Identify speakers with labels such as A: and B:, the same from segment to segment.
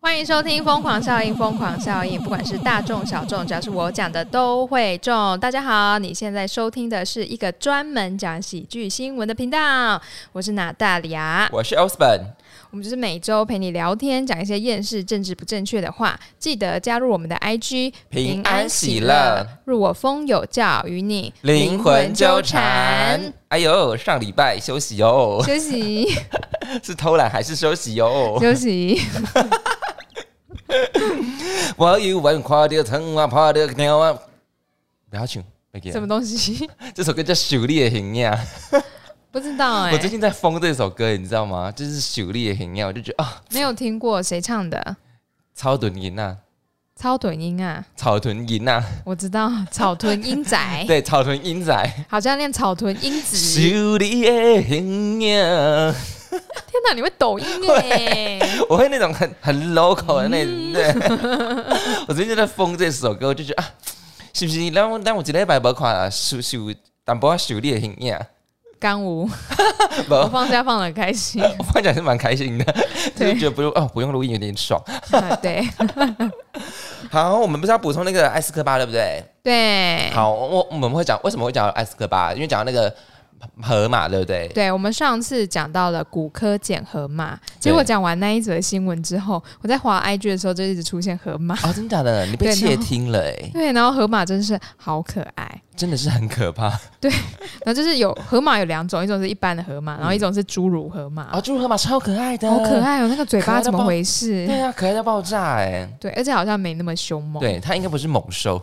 A: 欢迎收听《疯狂效应》，疯狂效应，不管是大众小众，只要是我讲的都会中。大家好，你现在收听的是一个专门讲喜剧新闻的频道，我是娜大里亚，
B: 我是 Osborn，
A: 我们就是每周陪你聊天，讲一些厌世、政治不正确的话。记得加入我们的 IG，
B: 平安喜乐，
A: 入我风有教，与你
B: 灵魂纠缠。。哎呦，上礼拜休息哦，
A: 休息，
B: 是偷懒还是休息哦？
A: 休 息。
B: 我有玩跨掉藤啊，跨掉鸟啊，不要唱，不要
A: 什么东西？
B: 这首歌叫《狩猎hình样》，
A: 不知道哎、
B: 我最近在疯这首歌，你知道吗？就是《狩猎hình样》，我就觉得啊，
A: 没有听过谁唱的
B: 草屯银啊，
A: 《超短音》啊，
B: 草屯银啊，
A: 我知 道《草屯鹰仔》，
B: 对，草屯银仔，
A: 好像念《草屯鹰子》。
B: 狩猎hình样。
A: 天哪，你会抖音 耶、
B: 我会那种很很 local 的那种。对， 我最近就在疯这首歌，我就觉得啊，是不是让我让我一礼拜无看啊，受受淡薄仔受你的形影，
A: 干舞，
B: 无
A: 我放假放的开 心。
B: 我发展是蛮开心的，就
A: 对
B: 是觉得不用哦，不用录音有点爽。
A: 啊对
B: 好，我们不是要补充那个艾斯科巴对不对？
A: 对
B: 好，我我们会讲为什么会讲艾斯科巴，因为讲到那个河马对不对？
A: 对，我们上次讲到了骨科捡河马，结果讲完那一则新闻之后，我在滑 IG 的时候就一直出现河马。
B: 哦，真的假的？你被
A: 对
B: 窃
A: 然后
B: 听了哎，
A: 对，然后河马真是好可爱。
B: 真的是很可怕
A: 然后就是有河马有两种，一种是一般的河马，然后一种是侏儒河马。
B: 啊！猪河马超可嗯爱的，
A: 好可，爱哦，那个嘴
B: 可爱
A: 巴
B: 到
A: 怎么
B: 爆
A: 回事？
B: 对啊，可爱到爆炸哎！
A: 对，而且好像没那么凶猛，
B: 对，它应该不是猛兽，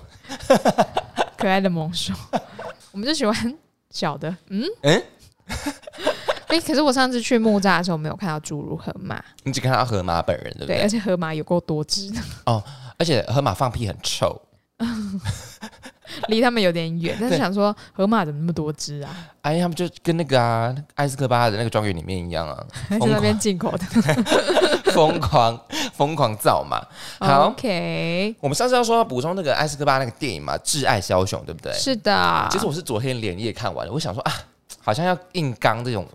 A: 可爱的猛兽，我们就喜欢小的。嗯
B: 嗯。
A: 哎、可是我上次去木栅的时候没有看到侏儒河马，
B: 你只看到河马本人，对不
A: 对，
B: 对？
A: 而且河马有够多只 的，
B: 而且河马放屁很臭。
A: 离他们有点远，但是
B: 对
A: 想说河马怎么那么多只啊？
B: 哎，他们就跟那个啊，艾斯科巴的那个庄园里面一样啊，
A: 在
B: 疯
A: 那
B: 狂
A: 边进口的。
B: 疯狂疯狂造嘛。
A: 嗯
B: 好
A: OK，
B: 我们上次要说要补充那个艾斯科巴那个电影嘛，《挚爱枭雄》，对不对？
A: 是啊的，
B: 其实我是昨天连夜看完的，我想说啊，好像要硬刚这种，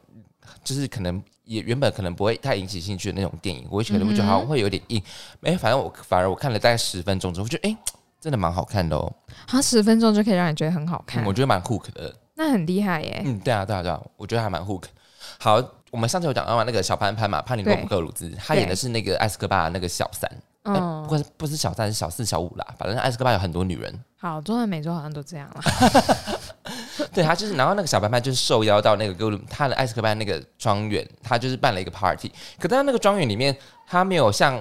B: 就是可能也原本可能不会太引起兴趣的那种电影，我可能会觉得好像会有点硬。
A: 嗯
B: 哎、反正我反而我看了大概十分钟之后，我觉得哎、真的蛮好看的哦，
A: 它十分钟就可以让你觉得很好看，
B: 嗯我觉得蛮 hook 的。
A: 那很厉害耶。
B: 嗯，对啊，对啊，对啊，我觉得还蛮 hook。好，我们上次有讲到那个小潘潘嘛，潘尼洛
A: 对
B: 普克鲁兹，他演的是那个艾斯科巴的那个小三，哎
A: 嗯
B: 不，管是不是小三，是小四、小五啦，反正艾斯科巴有很多女人。
A: 好，中南美洲好像都这样了。
B: 对，他就是，然后那个小潘潘就是受邀到那个哥鲁他的艾斯科巴那个庄园，他就是办了一个 party，可在那个庄园里面，他没有像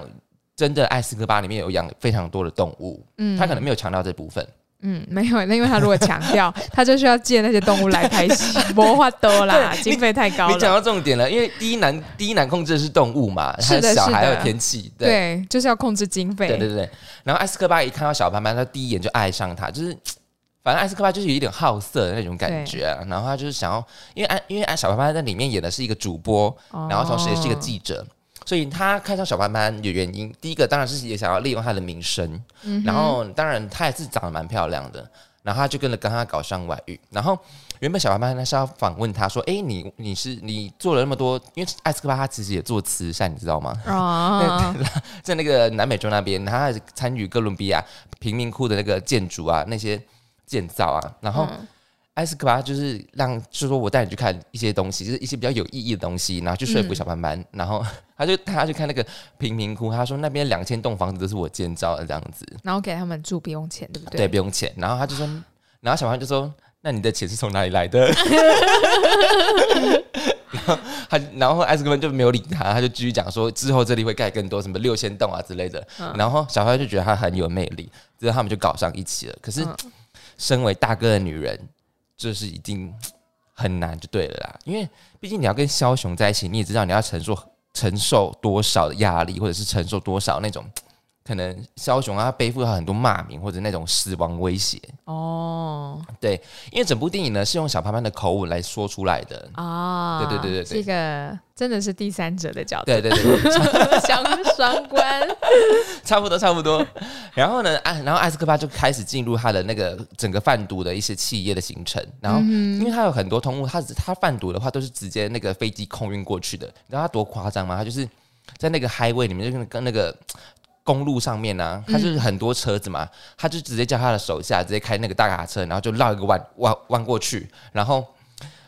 B: 真的艾斯科巴里面有养非常多的动物，
A: 嗯，
B: 他可能没有强调这部分。
A: 嗯，没有，那因为他如果强调， 他就需要借那些动物来拍 戏，没法多啦，
B: 对你
A: 经费太高
B: 你讲
A: 了。
B: 到重点了，因为第一难第一难控制的是动物嘛，还
A: 是
B: 有
A: 的
B: 小
A: 是
B: 孩，还
A: 的
B: 有天气，对。
A: 对，就是要控制经费。
B: 对对对。然后艾斯科巴一看到小潘潘，他第一眼就爱上他，就是反正艾斯科巴就是有一点好色的那种感觉啊、然后他就是想要，因为艾因为艾小潘潘在里面演的是一个主播，
A: 哦
B: 然后同时也是一个记者。所以他看上小潘潘的原因，第一个当然是也想要利用她的名声，
A: 嗯哼
B: 然后当然她也是长得蛮漂亮的，然后他就跟了跟她搞上外遇。然后原本小潘潘他是要访问他说：“哎、你你是你做了那么多，因为艾斯科巴他其实也做慈善，你知道吗？
A: 哦，
B: 在那个南美洲那边，他还参与哥伦比亚贫民窟的那个建筑啊，那些建造啊，然后。艾斯科巴就是让，就是说我带你去看一些东西，就是一些比较有意义的东西，然后去说服小潘潘，然后他就带他去看那个贫民窟，他说那边两千栋房子都是我建造的这样子，
A: 然后给他们住不用钱，对不
B: 对，？不用钱。然后他就说，然后小潘就说，那你的钱是从哪里来的？ 然后他，然后艾斯科班就没有理他，他就继续讲说，之后这里会盖更多什么六千栋啊之类的。然后小潘就觉得他很有魅力，之后他们就搞上一起了。可是，
A: 嗯
B: 身为大哥的女人，就是一定很难就对了啦，因为毕竟你要跟枭雄在一起，你也知道你要承受承受多少的压力，或者是承受多少那种可能枭雄啊背负了很多骂名或者那种死亡威胁。
A: 哦
B: 因为整部电影呢是用小潘潘的口吻来说出来的。
A: 啊，
B: 对对对对
A: 这
B: 对
A: 个真的是第三者的角 度，
B: 对对对，
A: 相双 关。
B: 差不多差不多。 然后呢，啊，然后艾斯科巴就开始进入他的那个整个贩毒的一些企业的行程。然
C: 嗯
B: 后，因为他有很多通路，他只他贩毒的话都是直接那个飞机空运过去的。你知道他多夸张吗？他就是在那个 highway 里面，就跟跟那个公路上面呢、啊，
C: 嗯
B: 他就是很多车子嘛，他就直接叫他的手下直接开那个大卡车，然后就绕一个弯弯弯过去，然后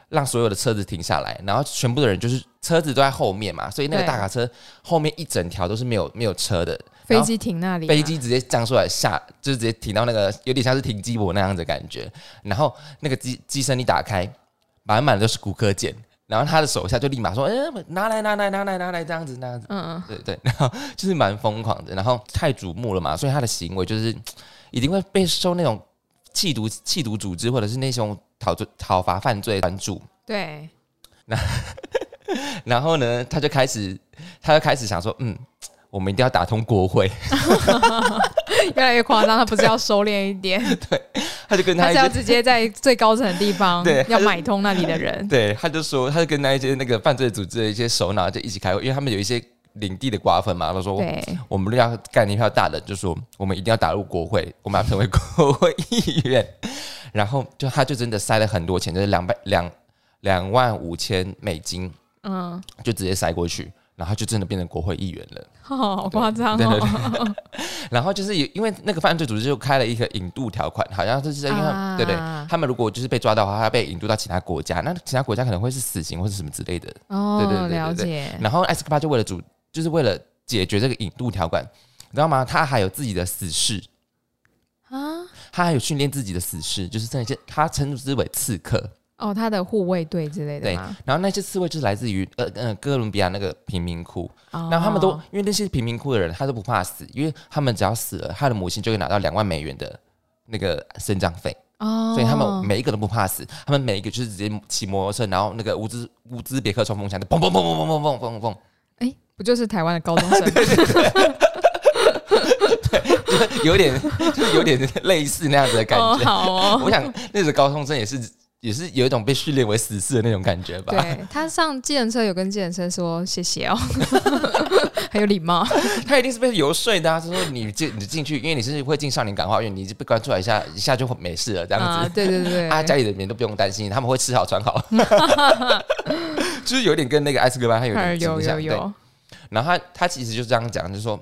B: 让所有的车子停下来，然后全部的人就是车子都在后面嘛，所以那个
C: 对
B: 大卡车后面一整条都是没有没有车的，然
C: 飞
B: 后
C: 机停那里啊吗，
B: 飞机直接降出来下，就是直接停到那个有点像是停机泊那样子的感觉。然后那个机机身一打开，满满的都是骨科件。然后他的手下就立马说：“哎、拿来拿来拿来拿来，这样子那样子。
C: 嗯，嗯，
B: 对对，然后就是蛮疯狂的，然后太瞩目了嘛，所以他的行为就是一定会被受那种缉毒缉毒组织或者是那种讨罪讨伐犯罪关注。
C: 对，
B: 然后呢，他就开始他就开始想说，嗯，我们一定要打通国会。
C: 越来越夸张，他不是要收敛一 点，
B: 他就跟
C: 他
B: 他一
C: 是要
B: 些
C: 直接在最高层的地方，
B: 对他
C: 要
B: 就
C: 买通那里的人，
B: 对，他就说，他就跟那一些那个犯罪组织的一些首脑就一起开会，因为他们有一些领地的瓜分嘛。他说，
C: 对，
B: 我们要干一票大的，就说我们一定要打入国会，我们要成为国会议员。然后就他就真的塞了很多钱，就是两百两两万五千美金，
C: 嗯，
B: 就直接塞过去，然后他就真的变成国会议员了。
C: 好夸张
B: 对对
C: 哦，
B: 然后就是有，因为那个犯罪组织就开了一个引渡条款，好像就是因为他们、
C: 啊
B: 对对，他们如果就是被抓到的话，他被引渡到其他国家，那其他国家可能会是死刑或是什么之类的。对对
C: 哦，
B: 对对
C: 了
B: 对
C: 解，
B: 然后艾斯科巴就为了主，就是为了解决这个引渡条款，你知道吗？他还有自己的死士，
C: 啊，
B: 他还有训练自己的死士，就是那些他称之为刺客。
C: 哦，他的护卫队之类的
B: 对
C: 吗？
B: 然后那些刺猬就是来自于呃呃哥伦比亚那个贫民窟，
C: 哦
B: 然后他们都因为那些贫民窟的人，他都不怕死，因为他们只要死了，他的母亲就会拿到两万美元的那个生葬费。
C: 哦，
B: 所以他们每一个都不怕死，他们每一个就是直接骑摩托车，然后那个乌兹乌兹别克冲锋枪，砰砰砰砰砰砰砰砰砰
C: 哎，不就是台湾的高中生 吗？
B: 砰，有点 就是有点类似那样子的感
C: 哦，
B: 觉。
C: 好哦。
B: 我想那个高中生也是也是有一种被训练为死士的那种感觉吧。
C: 对他上计程车有跟计程车说谢谢 哦，很有礼貌。
B: 他一定是被游说的、啊，他说你进你进去，因为你是会进少年感化院，你被关出来一下一下就没事了这样
C: 啊
B: 子。，
C: 对对对，
B: 啊，家里的人都不用担心，他们会吃好穿 好， 就是有点跟那个艾斯科巴他有
C: 哎
B: 点
C: 有
B: 倾向
C: 有
B: 对
C: 有，
B: 然后他他其实就这样讲，就是说，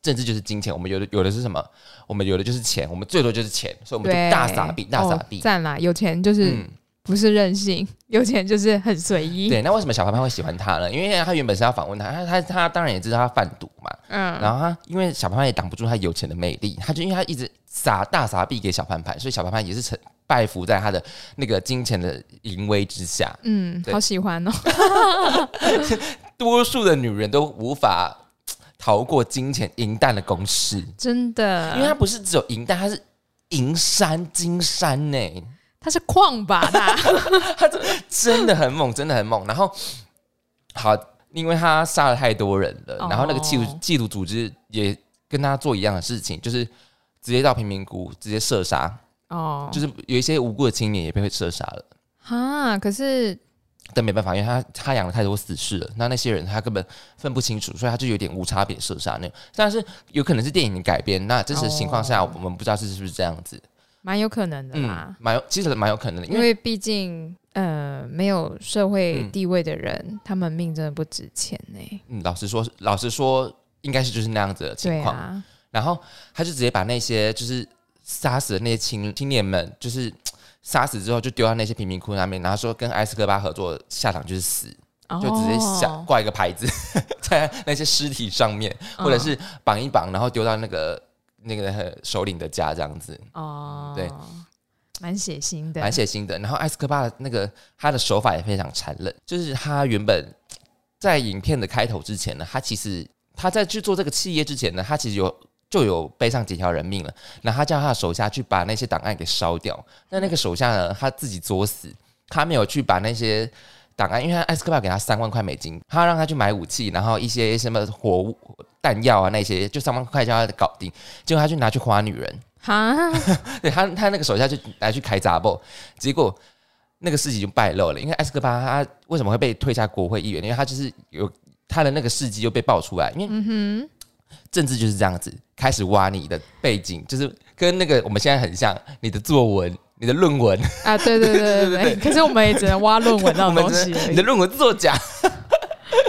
B: 政治就是金钱，我们有的有的是什么？我们有的就是钱，我们最多就是钱，所以我们
C: 对，
B: 就大傻逼，大傻
C: 哦
B: 逼。
C: 赞啦！有钱就是
B: 嗯，
C: 不是任性，有钱就是很随意。
B: 对。那为什么小潘潘会喜欢他呢？因为他原本是要访问他，他他他当然也知道他贩毒嘛。
C: 嗯，
B: 然后他因为小潘潘也挡不住他有钱的魅力，他就因为他一直撒大傻逼给小潘潘，所以小潘潘也是成拜服在他的那个金钱的淫威之下。
C: 嗯，
B: 对
C: 好喜 欢哦。
B: 多数的女人都无法逃过金钱银弹的攻势。
C: 真
B: 因为
C: 的
B: 它，不是只有银弹，它是银山金山呢、
C: 他是矿吧？他
B: 真的很猛，真的很猛。然后好，因为他杀了太多人了，
C: 哦
B: 然后那个缉毒缉毒组织也跟他做一样的事情，就是直接到贫民窟直接射杀，
C: 哦，
B: 就是有一些无辜的青年也被射杀了。
C: 哈，可是
B: 但没办法，因为他他养了太多死士了，那那些人他根本分不清楚，所以他就有点无差别射杀那种。但是有可能是电影改编，那真实情况下
C: 哦啊
B: 我们不知道是是不是这样子。
C: 蛮有可能的啦
B: 嗯，。蛮有，其实蛮有可能的，因为
C: 因为毕竟呃，没有社会
B: 嗯
C: 地位的人，他们命真的不值钱呢、
B: 嗯，老实说，老实说，应该是就是那样子的
C: 对
B: 情况。
C: 啊，
B: 然后他就直接把那些就是杀死的那些青青年们，就是嘖杀死之后就丢到那些贫民窟那边，然后说跟埃斯科巴合作下场就是死，
A: 啊
B: 就直接下、
C: 哦
B: 挂一个牌子 在那些尸体上面，或
A: 嗯
B: 者是绑一绑，然后丢到那个那个呃首领的家这样子，
A: 嗯
C: 哦，
B: 对，
C: 蛮血腥的，
B: 蛮血腥的。然后埃斯科巴的那个他的手法也非常残忍，就是他原本嘖在影片的开头之前呢，他其实他在去做这个企业之前呢，他其实有就有背上几条人命了。然后他叫他的手下去把那些档案给烧掉，那那个手下呢，他自己作死，他没有去把那些。档案，因为他埃斯科巴给他三万块美金，他让他去买武器，然后一些什么火物弹药啊那些，就三万块叫他搞定，结果他去拿去花女人，
C: 哈，
B: 对他，他那个手下就拿去开杂报，结果那个事情就败露了。因为埃斯科巴他为什么会被退下国会议员？因为他就是有他的那个事迹又被爆出来，因为
C: 嗯
B: 政治就是这样子，开始挖你的背景，就是跟那个我们现在很像，你的作文、你的论文，
C: 哼，啊，对对对对对，可是我们也只能挖论文到
B: 我
C: 的
B: 们
C: 东
B: 只
C: 西
B: 能
C: 而
B: 你的
C: 已，
B: 论文作假，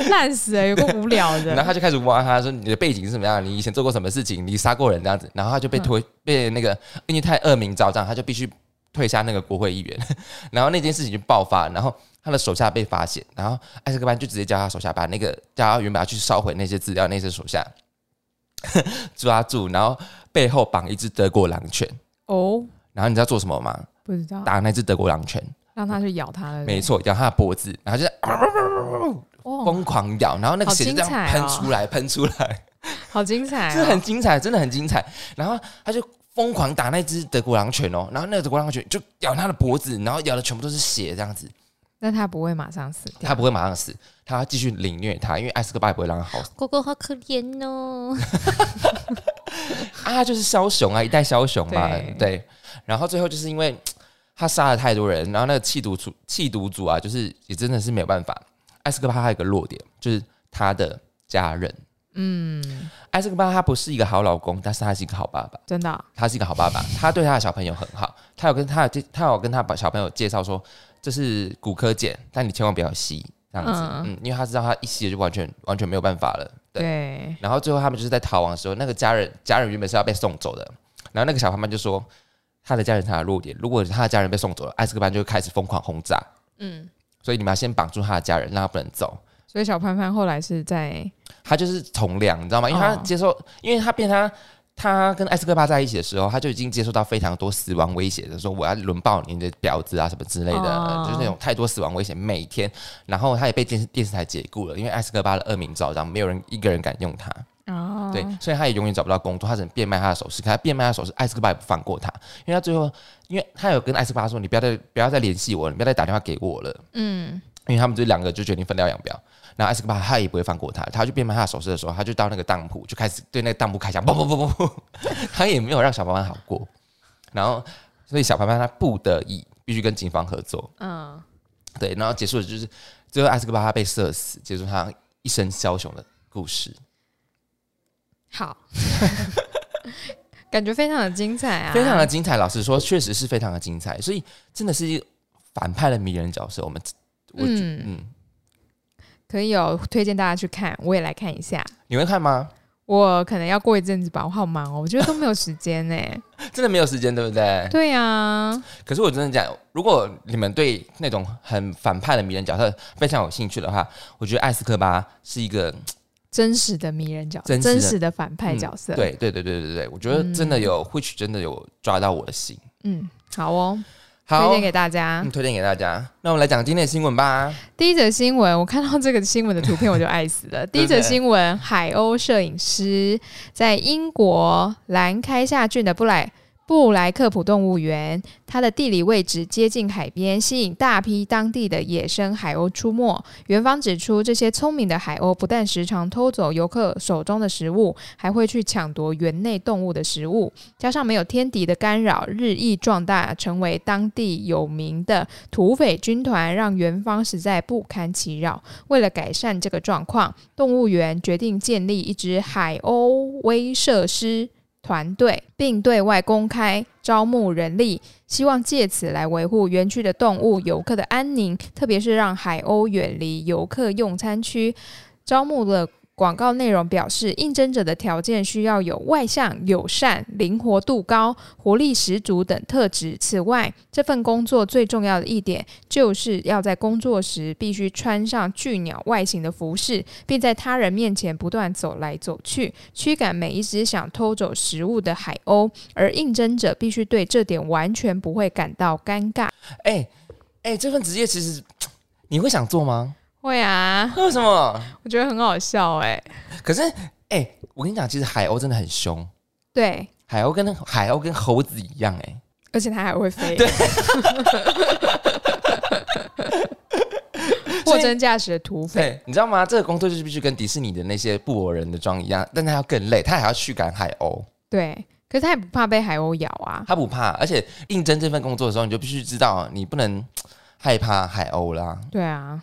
A: 烂死欸了，有个无聊
B: 然后
A: 的。
B: 他就开始挖他说你的背景是什么样，你以前做过什么事情，你杀过人这样子，然后他就
A: 嗯
B: 被推、被那个因为太恶名昭彰，他就必须退下那个国会议员， 然后那件事情就爆发，然后他的手下被发现，然后艾斯科班就直接叫他手下把那个叫他原本要去烧毁那些资料那些手下抓住，然后背后绑一只德国狼犬，
A: 哦，
B: 然后你知道做什么吗？
A: 不知道，
B: 打那只德国狼犬，
A: 让他去咬他了。
B: 没错，咬他的脖子，然后就在
A: 哦，
B: 疯狂咬，然后那个
A: 好
B: 血就这样
A: 精彩
B: 喷
A: 哦
B: 出来，喷出来。
A: 好精彩
B: 这很
A: 哦！
B: 精彩，真的很精彩。然后他就疯狂打那只德国狼犬哦，然后那个德国狼犬就咬他的脖子，然后咬的全部都是血，这样子，
A: 那他不会马上死掉。
B: 他不会马上死，他继续凌虐他，因为艾斯科巴也不会让他好死
A: 狗狗好可怜哦。
B: 啊，他就是枭雄啊，一代枭雄嘛，
A: 对
B: 对。然后最后就是因为他杀了太多人，然后那个弃毒组弃毒组啊，就是也真的是没有办法。艾斯科巴他有一个弱点，就是他的家人。
A: 嗯，
B: 艾斯科巴他不是一个好老公，但是他是一个好爸爸。
A: 真的啊
B: 他是一个好爸爸，他对他的小朋友很好，他有跟他有他有跟他把小朋友介绍说，这是骨科碱，但你千万不要吸这样子，
A: 嗯
B: 嗯因为他知道他一吸了就完全完全没有办法了，对。
A: 对，
B: 然后最后他们就是在逃亡的时候，那个家人家人原本是要被送走的，然后那个小伙伴就说，他的家人是他的弱点，如果他的家人被送走了，艾斯克班就会开始疯狂轰炸，
C: 嗯，
B: 所以你们要先绑住他的家人，让他不能走。
A: 所以小潘潘后来是在
B: 他就是从良，你知道吗？因为他
A: 哦
B: 接受，因为他变他他跟艾斯科巴在一起的时候，他就已经接受到非常多死亡威胁的，说我要轮爆你的婊子啊什么之类的，
A: 哦
B: 就是那种太多死亡威胁，每天。然后他也被电视电视台解雇了，因为艾斯科巴的恶名昭彰，没有人一个人敢用他，
A: 哦，
B: 对，所以他也永远找不到工作，他只能变卖他的首饰。可他变卖他的首饰，艾斯科巴也不放过他，因为他最后，因为他有跟艾斯科巴说：“你不要再不要再联系我了，你不要再打电话给我了。”
C: 嗯，
B: 因为他们这两个就决定分道扬镳。然后艾斯科巴他也不会放过他，他就变卖他的首饰的时候，他就到那个当铺就开始对那个当铺开枪，砰砰砰砰砰，他也没有让小潘潘好过。然后，所以小潘潘他不得已必须跟警方合作。
A: 嗯，
B: 对，然后结束的就是最后艾斯科巴他被射死，结束他一生枭雄的故事，
A: 好， 感觉非常的精彩啊，
B: 非常的精彩。老实说，确实是非常的精彩，所以真的是一个反派的迷人角色。我们，我觉
A: 嗯
B: 嗯，
A: 可以有推荐大家去看，我也来看一下。
B: 你会看吗？
A: 我可能要过一阵子吧，我好忙哦，我觉得都没有时间呢、
B: 真的没有时间，对 不对？
A: 对啊，
B: 可是我真的讲，如果你们对那种很反派的迷人角色非常有兴趣的话，我觉得艾斯克巴是一个
A: 真实的迷人角色，
B: 真实的
A: 真实的反派角色。
B: 嗯，对对对对对对，我觉得真的有、或 which 真的有抓到我的心。
A: 嗯，好哦，推
B: 好
A: 荐，给大家。
B: 嗯，推荐给大家。那我们来讲今天的新闻吧。
A: 第一则新闻，我看到这个新闻的图片我就爱死了。第一则新闻，海鸥摄影师在英国兰开夏郡的布莱布莱克普动物园，它的地理位置接近海边，吸引大批当地的野生海鸥出没。园方指出，这些聪明的海鸥不但时常偷走游客手中的食物，还会去抢夺园内动物的食物。加上没有天敌的干扰，日益壮大，成为当地有名的土匪军团让园方实在不堪其扰。为了改善这个状况，动物园决定建立一支海鸥威慑师团队，并对外公开招募人力，希望借此来维护园区的动物游客的安宁，特别是让海鸥远离游客用餐区。招募了。广告内容表示，应征者的条件需要有外向、友善、灵活度高、活力十足等特质。此外，这份工作最重要的一点就是要在工作时必须穿上巨鸟外形的服饰，并在他人面前不断走来走去，驱赶每一只想偷走食物的海鸥。而应征者必须对这点完全不会感到尴尬。
B: 哎、哎、这份职业其实你会想做吗？
A: 会啊，
B: 为什么？
A: 我觉得很好笑哎、
B: 可是哎、我跟你讲，其实海鸥真的很凶，
A: 对，
B: 海鸥跟海鸥跟猴子一样、哎。
A: 而且它还会飞， 货真价实的土匪。
B: 对，你知道吗？这个工作就是必须跟迪士尼的那些布偶人的妆一样，但他要更累，他还要驱赶海鸥。
A: 对，可是他也不怕被海鸥咬 啊。
B: 他不怕，而且应征这份工作的时候，你就必须知道你不能害怕海鸥啦。
A: 对啊，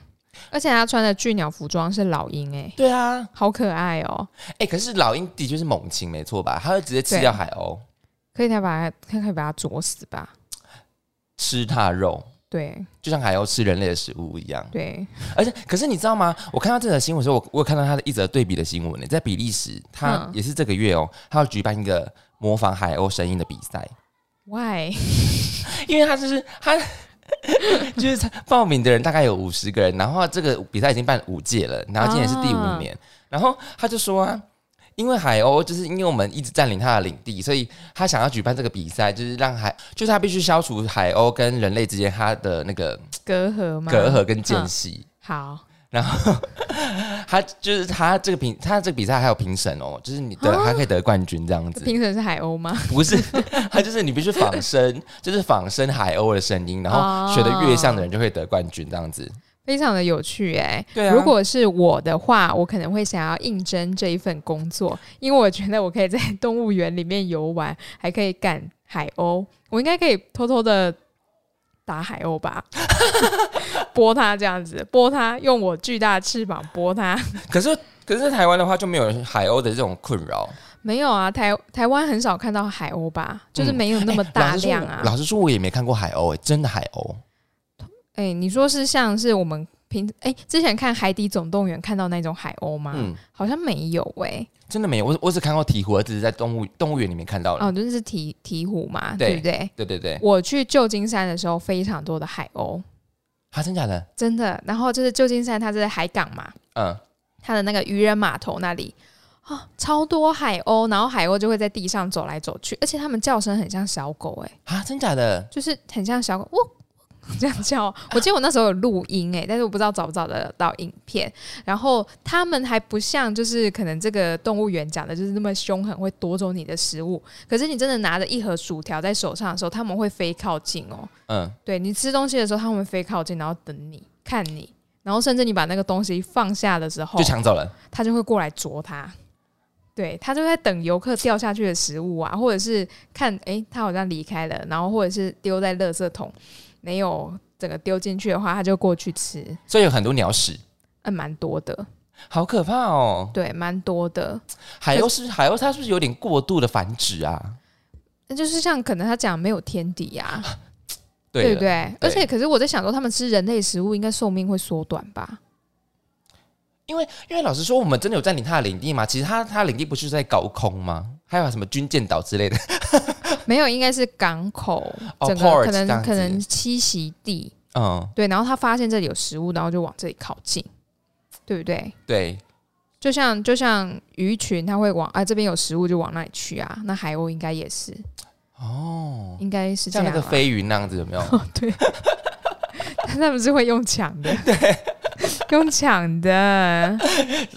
A: 而且他穿的巨鸟服装是老鹰哎、
B: 对啊，
A: 好可爱哦、
B: 哎、可是老鹰的确是猛禽，没错吧？它会直接吃掉海鸥，
A: 可以他把它，他可以把它啄死吧？
B: 吃它的肉。
A: 对
B: 就像海鸥吃人类的食物一样。
A: 对，
B: 而且，可是你知道吗？我看到这则新闻的时候，我我有看到他的一则对比的新闻欸呢，在比利时，他
A: 嗯
B: 也是这个月哦，他要举办一个模仿海鸥声音的比赛，
A: Why？
B: 因为他就是他。 就是他报名的人大概有五十个人，然后这个比赛已经办五届了，然后今年是第五年，然后他就说啊，因为海鸥就是因为我们一直占领它的领地，所以他想要举办这个比赛，就是让海，就是他必须消除海鸥跟人类之间它的那个
A: 隔阂吗？
B: 隔阂跟间
A: 嗯
B: 隙，
A: 好，
B: 然后他就是他这个评他这个比赛还有评审哦，就是你得他可以得冠军这样
A: 这
B: 子，
A: 啊评审是海鸥吗？
B: 不是 他就是你必须仿生，就是仿生海鸥的声音，然
A: 啊
B: 后学的越像的人就会得冠军这样子。
A: 非常的有趣哎、
B: 对啊
A: 如果是我的话，我可能会想要应征这一份工作，因为我觉得我可以在 动物园里面游玩，还可以赶海鸥，我应该可以偷偷的打海鸥吧， 拨它这样子，拨它，用我巨大的翅膀拨它。
B: 可是可是台湾的话就没有海鸥的这种困扰，
A: 没有啊，台台湾很少看到海鸥吧，就是没有那么大
B: 嗯哎老实说
A: 量啊。
B: 老实说，我也没看过海鸥、欸，真的海鸥。
A: 哎、你说是像是我们平哎、之前看《海底总动员》看到那种海鸥吗？
B: 嗯，
A: 好像没有哎、
B: 真的没有，我我只看过鹈鹕，只是在动物动物园里面看到了。
A: 哦，就是鹈鹈鹕嘛，
B: 对
A: 对不对？
B: 对对对，
A: 我去旧金山的时候，非常多的海鸥，
B: 啊，真假的？
A: 真的。然后就是旧金山，它是海港嘛，
B: 嗯，
A: 它的那个渔人码头那里啊、超多海鸥，然后海鸥就会在地上走来走去，而且它们叫声很像小狗、哎，
B: 啊，真假的？
A: 就是很像小狗，喔喔 这样叫。我记得我那时候有录音哎、但是我不知道找不找得到影片。然后他们还不像，就是可能这个动物园讲的，就是那么凶狠，会夺走你的食物。可是你真的拿着一盒薯条在手上的时候，他们会飞靠近哦、
B: 嗯，
A: 对你吃东西的时候，他们会飞靠近，然后等你看你，然后甚至你把那个东西放下的时候
B: 就，抢走了。
A: 他就会过来啄它。对，他就在等游客掉下去的食物啊，或者是看诶，他好像离开了，然后或者是丢在垃圾桶，没有整个丢进去的话，他就过去吃，
B: 所以有很多鸟屎，
A: 嗯，蛮多的，
B: 好可怕哦。
A: 对，蛮多的。
B: 海鸥是不是海鸥，它是不是有点过度的繁殖啊？
A: 那就是像可能他讲没有天敌啊，
B: 对
A: 不
B: 了，
A: 对？而且可是我在想说，他们吃人类食物应该寿命会缩短吧？
B: 因为因为老实说，我们真的有占领它的领地吗？其实它它领地不是在高空吗？还有什么军舰岛之类的？
A: 没有，应该是港口
B: 哦
A: 整个
B: port
A: 可
B: 这样
A: 能
B: 子
A: 可能栖息地，
B: 嗯，
A: 对，然后他发现这里有食物，然后就往这里靠近，对不对？
B: 对，
A: 就像就像鱼群，它会往啊这边有食物就往那里去啊。那海鸥应该也是哦，应该是这
B: 像
A: 样、
B: 那
A: 啊。哦
B: 个飞鱼那样子有没有？
A: 他们是会用抢的， 用抢的。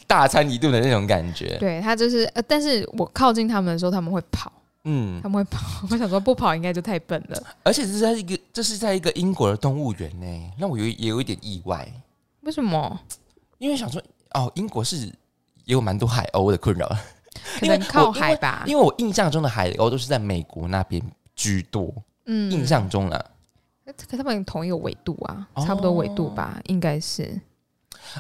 B: 大餐一顿的那种感觉。
A: 对，它就是、呃，但是我靠近他们的时候，他们会跑，
B: 嗯，
A: 他们会跑。 我想说不跑应该就太笨了。
B: 而且这是在一个这是在一个英国的动物园呢，让我有也有一点意外，
A: 为什么？
B: 因为想说哦，英国是也有蛮多海鸥的困扰，
A: 可
B: 因为
A: 能靠
B: 我因为
A: 海吧。
B: 因为我印象中的海鸥都是在美国那边居多，
A: 嗯
B: 印象中啦。
A: 可他们同一个纬度啊，
B: 哦
A: 差不多纬度吧，应该是。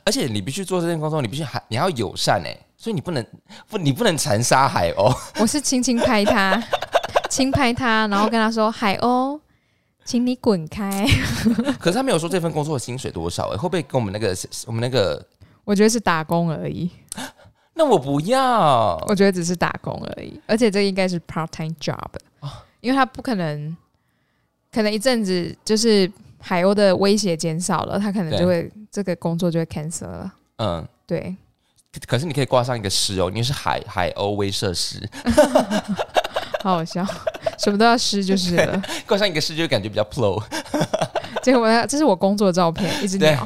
B: 而且你必须做这件工作，你必须还你要友善哎、所以你不能不你不能残杀海鸥，
A: 我是轻轻拍 它，轻拍它，然后跟他说：“海鸥，请你滚开。”
B: 可是他没有说这份工作的薪水多少哎、会不会跟我们那个我们那个？
A: 我觉得是打工而已，
B: 那我不要，
A: 我觉得只是打工而已，而且这应该是 part time job，、因为他不可能，可能一阵子就是海鸥的威胁减少了，他可能
B: 对
A: 就会这个工作就会 cancel 了。
B: 嗯，
A: 对，
B: 可可是你可以挂上一个师哦，你是海海鸥威慑师，
A: 好好笑，什么都要湿就是了。
B: 挂上一个师就感觉比较 pro，
A: 结果他这是我工作照片，一只鸟。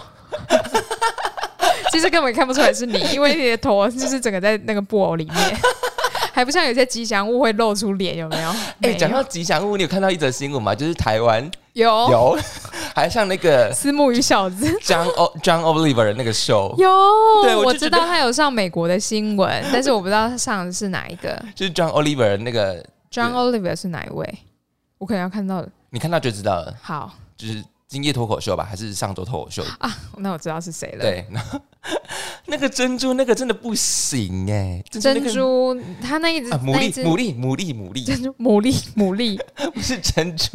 A: 其实根本看不出来是你，因为你的头就是整个在那个布偶里面， 还不像有些吉祥物会露出脸，有没有？
B: 哎、
A: 没
B: 讲到
A: 有
B: 吉祥物，你有看到一则新闻吗？就是台湾
A: 有
B: 有，还像那个
A: 私募与小子，
B: John O John Oliver 的那个 show，
A: 有，
B: 哦对我
A: 我
B: 就
A: 知
B: 觉得
A: 道他有上美国的新闻，但是我不知道他上的是哪一个。
B: 就是 John Oliver 那个，
A: John Oliver 是哪一位？我可能要看到的。
B: 你看到就知道了，
A: 好
B: 就是今夜脱口秀吧，还是上周脱口秀？
A: 啊，那我知道是谁了。
B: 对，然后 那个珍珠那个真的不行哎、
A: 珍珠，它那一只
B: 啊，牡
A: 那一
B: 蛎
A: 只
B: 牡蛎牡蛎牡蛎，
A: 珍珠牡蛎牡蛎，
B: 不是珍珠，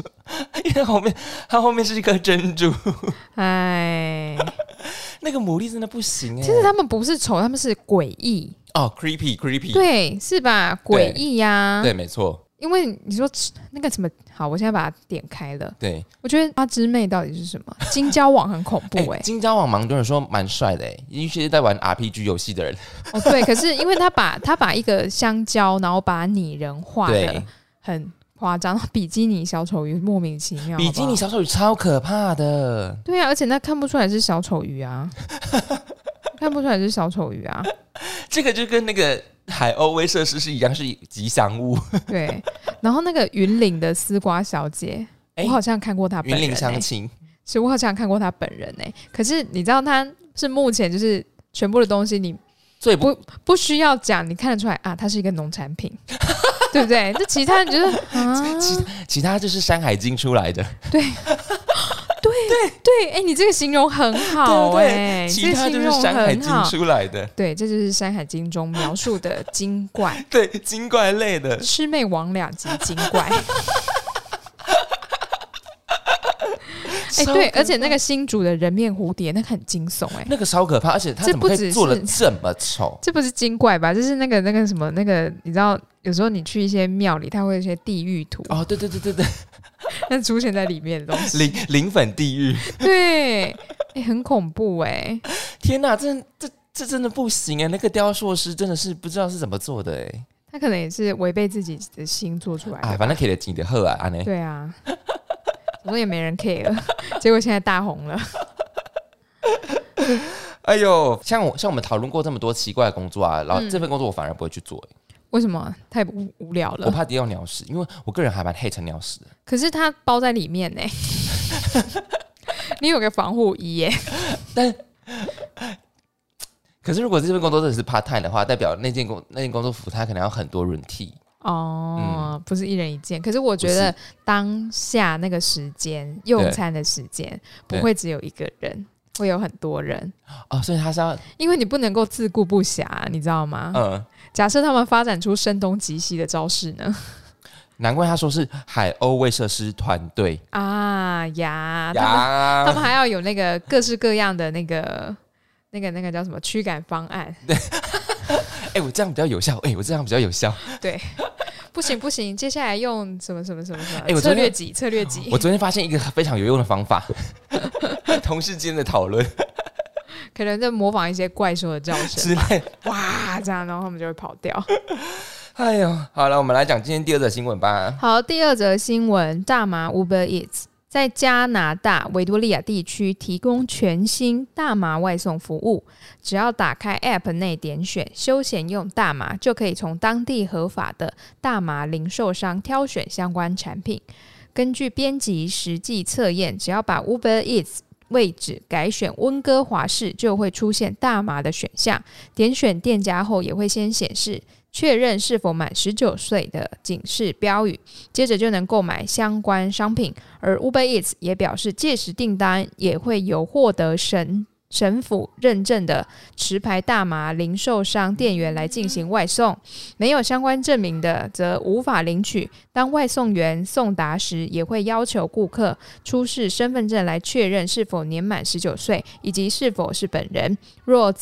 B: 因为后面它后面是一颗珍珠，
A: 哎，
B: 那个牡蛎真的不行哎、
A: 其实他们不是丑，他们是诡异，
B: 哦，creepy creepy，
A: 对，啊是吧？
B: 对
A: 诡异呀，
B: 对，没错，
A: 因为你说吃那个什么，好，我现在把它点开了，
B: 对。
A: 我觉得花枝妹到底是什 么？金交网很恐怖哎、
B: 金交网蛮多人说蛮帅的哎、尤其是在玩 RPG 游戏的人，
A: 哦对，可是因为他把他把一个香蕉，然后把它拟人化的
B: 对，
A: 很夸张，比基尼小丑鱼莫名其妙，
B: 比基尼
A: 好不好
B: 小丑鱼超可怕的，
A: 对啊，而且那看不出来是小丑鱼 啊，看不出来是小丑鱼啊，
B: 这个就跟那个海鸥威慑师是一样，是吉祥物。
A: 对，然后那个云岭的丝瓜小姐，
B: 哎
A: 我好像看过她本
B: 云
A: 人、
B: 岭相
A: 欸，
B: 亲，
A: 其实我好像看过她本人哎、可是你知道她是目前就是全部的东西你
B: 最不
A: 不不需要讲，你看得出来啊，它是一个农产 品，对不对？那其他人就是啊，
B: 其他就是《山海经》出来的，
A: 对，哎、你这个形容很好
B: 对
A: 哎、
B: 其
A: 这个
B: 他就
A: 形
B: 是《
A: 容
B: 山海
A: 很
B: 经
A: 好》。
B: 出来的，，
A: 对，这就是《山海经》中描述的精怪
B: 对，精怪类的。
A: 魑魅魍魉及精 怪。哎、
B: 超
A: 对，
B: 可
A: 而且那个新竹的人面蝴蝶，那个很惊悚哎、
B: 那个超可怕，而且他
A: 这
B: 怎么可
A: 不只
B: 以做的
A: 是
B: 这么丑？
A: 这不是精怪吧？这是那个那个什么那个，你知道，有时候你去一些庙里，它会有一些地狱图，
B: 哦，对对对对对，
A: 那、出现在里面的东西。
B: 灵灵粉地狱，
A: 对，哎、很恐怖哎、
B: 天哪，这这这真的不行哎！那个雕塑师真的是不知道是怎么做的哎。
A: 他可能也是违背自己的心做出来的。
B: 啊，反正可以记得喝啊，安内。
A: 对啊，我说也没人 care，结 果现在大红了。
B: 哎呦，像我像我们讨论过这么多奇怪的工作啊，然后
A: 嗯
B: 这份工作我反而不会去做欸，
A: 为什么太无无聊
B: 我
A: 了？
B: 怕跌到鸟屎，因为我个人还蛮 hate 鸟屎的。
A: 可是它包在里面呢、欸 你有个防护衣耶、
B: 可是如果这份工作真的是 part time 的话，代表那件工那件工作服它可能要很多轮替。
A: 哦、不是一人一件。可是我觉得当下那个时间用餐的时间不
B: 对
A: 会只有一个人，会有很多人，
B: 哦，所以他是要
A: 因为你不能够自顾不暇，你知道吗？
B: 嗯，
A: 假设他们发展出声东击西的招式呢？
B: 难怪他说是海鸥卫射师团队
A: 啊呀，他们他们
B: 呀，
A: 还要有那个各式各样的那个那个那个叫什么驱赶方 案。
B: 哎，我这样比较有效，哎，我这样比较有 效。
A: 不行不行，接下来用什么什么什么什么、
B: 哎我
A: 策
B: 昨天
A: 略级策略级
B: 我，昨天发现一个非常有用的方法，同事间的讨论
A: 可能在模仿一些怪兽的叫
B: 之
A: 声，
B: 类。
A: 哇这样，然后他们就会跑掉。
B: 哎呦，好了，我们来讲今天第二则新闻吧。
A: 好，第二则新闻，大麻 Uber Eats 在加拿大维多利亚地区提供全新大麻外送服务，只要打开 App 内点选休闲用大麻，就可以从当地合法的大麻零售商挑选相关产品。根据编辑实际测验，只要把 Uber Eats 位置改选温哥华市，就会出现大麻的选项。点选店家后，也会先显示确认是否满十九岁的警示标语，接着就能购买相关商品。而 Uber Eats 也表示，届时订单也会由获得神神府认证的持牌大麻零售商店员来进行外送，没有相关证明的则无法领取。当外送员送达时，也会要求顾客出示身份证来确认是否年满十九岁以及是否是本人。若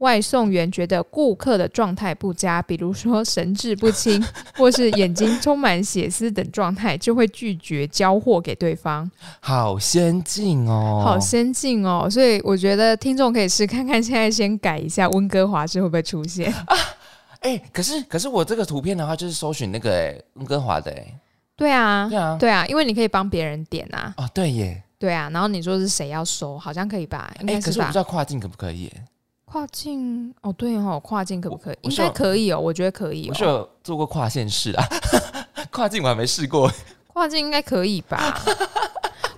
A: 外送员觉得顾客的状态不佳，比如说神志不清或是眼睛充满血丝等状态，就会拒绝交货给对方。
B: 好先进哦，
A: 好先进哦！所以我觉得听众可以试看看，现在先改一下温哥华是会不会出现
B: 哎、可是可是我这个图片的话，就是搜寻那个哎温哥华的哎，
A: 对啊
B: 对。啊，
A: 对啊，因为你可以帮别人点啊，
B: 哦对耶，
A: 对啊，然后你说是谁要收，好像可以吧？应
B: 哎、
A: 该
B: 可是我
A: 吧？
B: 不知道跨境可不可以耶，
A: 跨境哦，对哦，跨境可不可以？
B: 我
A: 应
B: 是
A: 该
B: 有
A: 可以哦，我觉得可以
B: 我是
A: 哦，
B: 有做过跨县市啊， 跨境我还没试过，
A: 跨境应该可以 吧？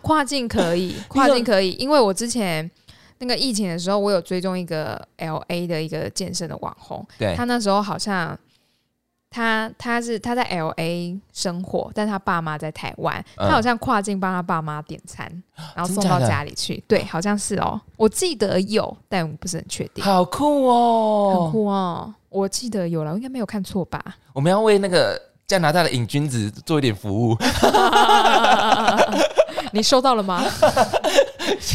A: 跨境可以，跨境可以，因为我之前那个疫情的时候，
B: 哎
A: 我有追踪一个 L A 的一个健身的网红，
B: 对
A: 他那时候好像他他是他在 L A 生活，但他爸妈在台湾，
B: 嗯
A: 他好像跨境帮他爸妈点 餐，然后送到
B: 真假的
A: 家里去。对，好像是哦，我记得有，但我不是很确定。
B: 好酷哦！
A: 很酷哦，我记得有了，我应该没有看错 吧？
B: 我们要为那个加拿大的瘾君子做一点 服务，
A: 你收到了吗？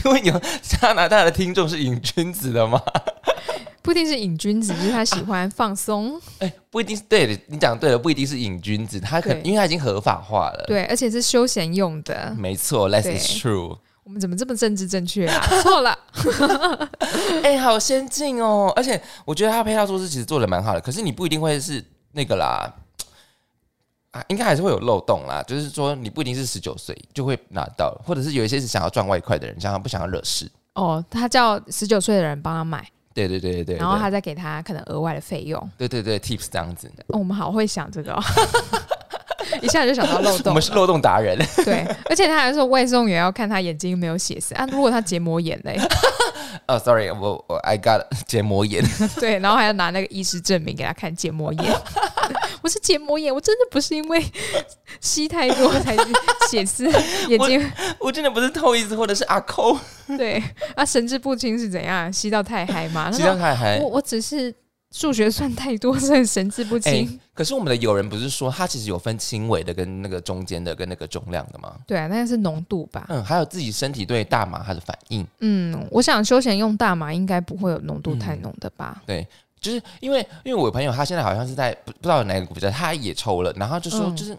B: 因为有加拿大的听众是瘾君子的吗？
A: 不一定是瘾君子，就是他喜欢放 松，
B: 哎、不一定是对的，你讲对了，不一定是瘾君子，他可
A: 对
B: 因为他已经合法化了。，
A: 对，而且是休闲用的。
B: 没错，less
A: 对
B: is true。
A: 我们怎么这么政治正确啊？ 错了，
B: 哎、好先进哦！而且我觉得他配套措施其实做的蛮好的，可是你不一定会是那个啦，啊，应该还是会有漏洞啦。就是说，你不一定是十九岁就会拿到，或者是有一些是想要赚外快的人，想要不想要惹事。
A: 哦，他叫十九岁的人帮他买，
B: 对对对对对，
A: 然后他再给他可能额外的费用。
B: 对对对 tips 这样子的，
A: 哦，我们好会想这个、哦， 一下就想到漏
B: 我
A: 洞
B: 们。是漏洞达人。
A: 对，而且他还说外送也要看他眼睛有没有血丝啊。如果他结膜炎嘞，
B: 哦、s o r r y 我我 I got 结膜炎，
A: 对，然后还要拿那个医师证明给他看结膜 炎。我是结膜炎，我真的不是因为吸太多才是血丝眼睛。
B: 我真的不是偷意思，或者是阿抠，
A: 对，啊，神志不清是怎样？吸到太嗨 吗？
B: 其
A: 他
B: 实他
A: 说
B: 还还
A: 我我只是数学算太多，所以神志不
B: 哎、
A: 清。
B: 可是我们的友人不是说他其实有分轻微的跟那个中间的跟那个重量的吗？
A: 对啊，那是浓度吧？
B: 嗯，还有自己身体对大麻它的反应，
A: 嗯，我想休闲用大麻应该不会有浓度太浓的吧？
B: 就是因为因为我朋友他现在好像是在不不知道哪个国家，他也抽了，然后就说
A: 嗯
B: 就是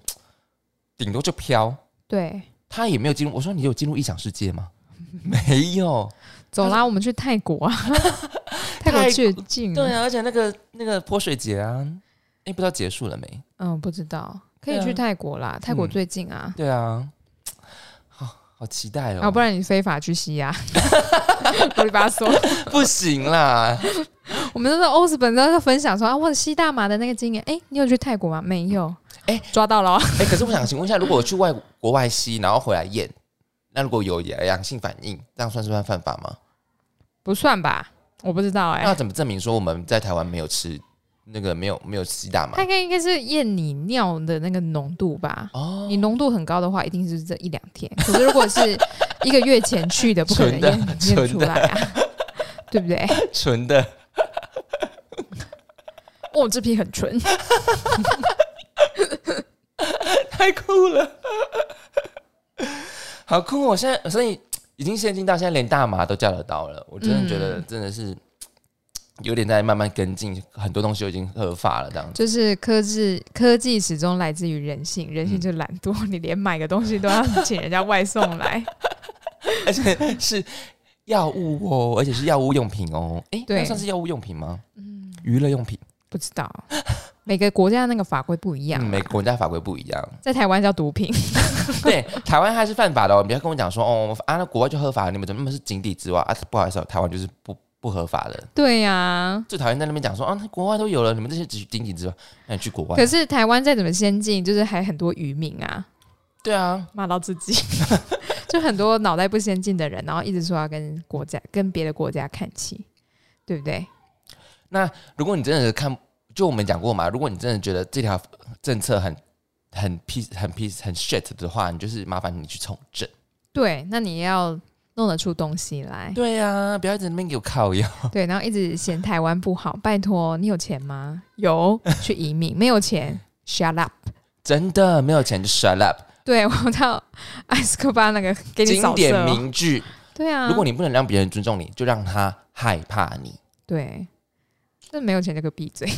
B: 顶、多就飘，
A: 对，
B: 他也没有进入。我说你有进入异想世界吗？ 没有，
A: 走啦，我们去泰国啊，泰国
B: 泰
A: 最近。
B: 对啊，而且那个那个泼水节啊，哎、不知道结束了没？
A: 嗯，不知道，可
B: 对
A: 以
B: 啊
A: 去泰国啦，泰国最近啊。
B: 对啊， 好好期待哦，
A: 啊，不然你非法去啊西 亚，啰里吧嗦。
B: 不行啦，
A: 我们那时候欧斯本在分享说啊，我有吸大麻的那个经验，哎、你有去泰国吗？没有，
B: 哎
A: 抓到了哦。
B: 哎、可是我想请问一下，如果我去外国外吸，然后回来验，那如果有阳性反应，这样算是算犯法吗？
A: 不算吧，我不知道哎、
B: 那要怎么证明说我们在台湾没有吃那个没有没有吸大麻
A: 他？应该应该是验你尿的那个浓度吧。
B: 哦，
A: 你浓度很高的话，一定是这一两天。可是如果是一个月前去的，不可能
B: 纯的
A: 验验出来啊， 对不对？
B: 纯 的，
A: 哦，这批很纯，
B: 太酷了， 好酷、哦！我现在所以已经先进到现在连大麻都叫得到了，我真的觉得真的是。有点在慢慢跟进，很多东西都已经合法了，这样子。
A: 就是科技科技始终来自于人性，人性就是懒惰，
B: 嗯
A: 你连买个东西都要请人家外送来。
B: 而且是药物哦，而且是药物用品哦。哎、
A: 对
B: 那算是药物用品吗？嗯，娱乐用品。
A: 不知道，每个国家那个法规不一样啊、
B: 嗯，每个国家法规不一样。
A: 在台湾叫毒品，
B: 对，台湾还是犯法的、哦，你不要跟我讲说哦啊，那国外就合法，你们怎么那么是井底之蛙啊？不好意思、哦，台湾就是不不合法的。
A: 对呀、
B: 最讨厌在那边讲说啊，那国外都有了，你们这些只是井底之蛙，那你去国外
A: 可？是台湾再怎么先进，就是还很多渔民啊，
B: 对啊，
A: 骂到自己， 就很多脑袋不先进的人，然后一直说要跟国家、跟别的国家看齐，对不对？
B: 如果你真的看，就我们讲过嘛，如果你真的觉得这条政策很很 piece 很 piece 很 shit 的话，你就是麻烦你去从政。
A: 对，那你要弄得出东西来，
B: 对啊，不要在那边给我靠腰。
A: 对，然后一直嫌台湾不好，拜托，你有钱吗？有，去移民，没有钱，shut up。
B: 真的没有钱就 shut up，
A: 对我到埃斯科巴那个给你
B: 经
A: 扫射
B: 典
A: 哦，
B: 名句。
A: 对啊，
B: 如果你不能让别人尊重你，就让他害怕你。
A: 对，那没有钱就给我闭嘴。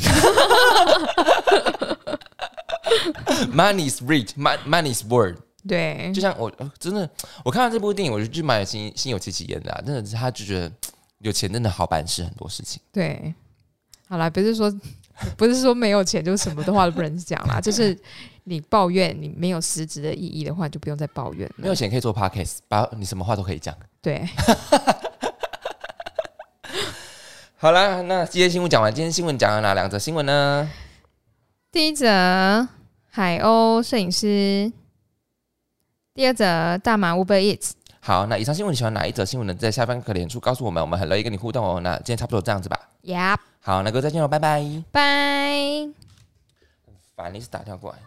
B: Money is rich, mon- money is word。
A: 对
B: 就，像我呃真的，我看到这部电影，我就去买心心有戚戚焉的、啊，真的是他就觉得有钱真的好办事很多事情。
A: 对，好啦，不是说不是说没有钱就什么的话都不能讲啦，就是你抱怨你没有实质的意义的话，你就不用再抱怨
B: 没
A: 了。
B: 有钱可以做 podcast，把你什么话都可以讲。
A: 对，
B: 好啦，那今天新闻讲完，今天新闻讲了哪两则新闻呢？
A: 第一则海鸥摄影师，第二则大马 Uber Eats。
B: 好，那以上新闻你喜欢哪一则新闻呢？在下方可脸处告诉我们，我们很乐意跟你互动哦。那今天差不多这样子吧。
A: Yep，
B: 好，那各位再见喽，拜拜。
A: 拜。
B: 法兰尼斯打电话过来，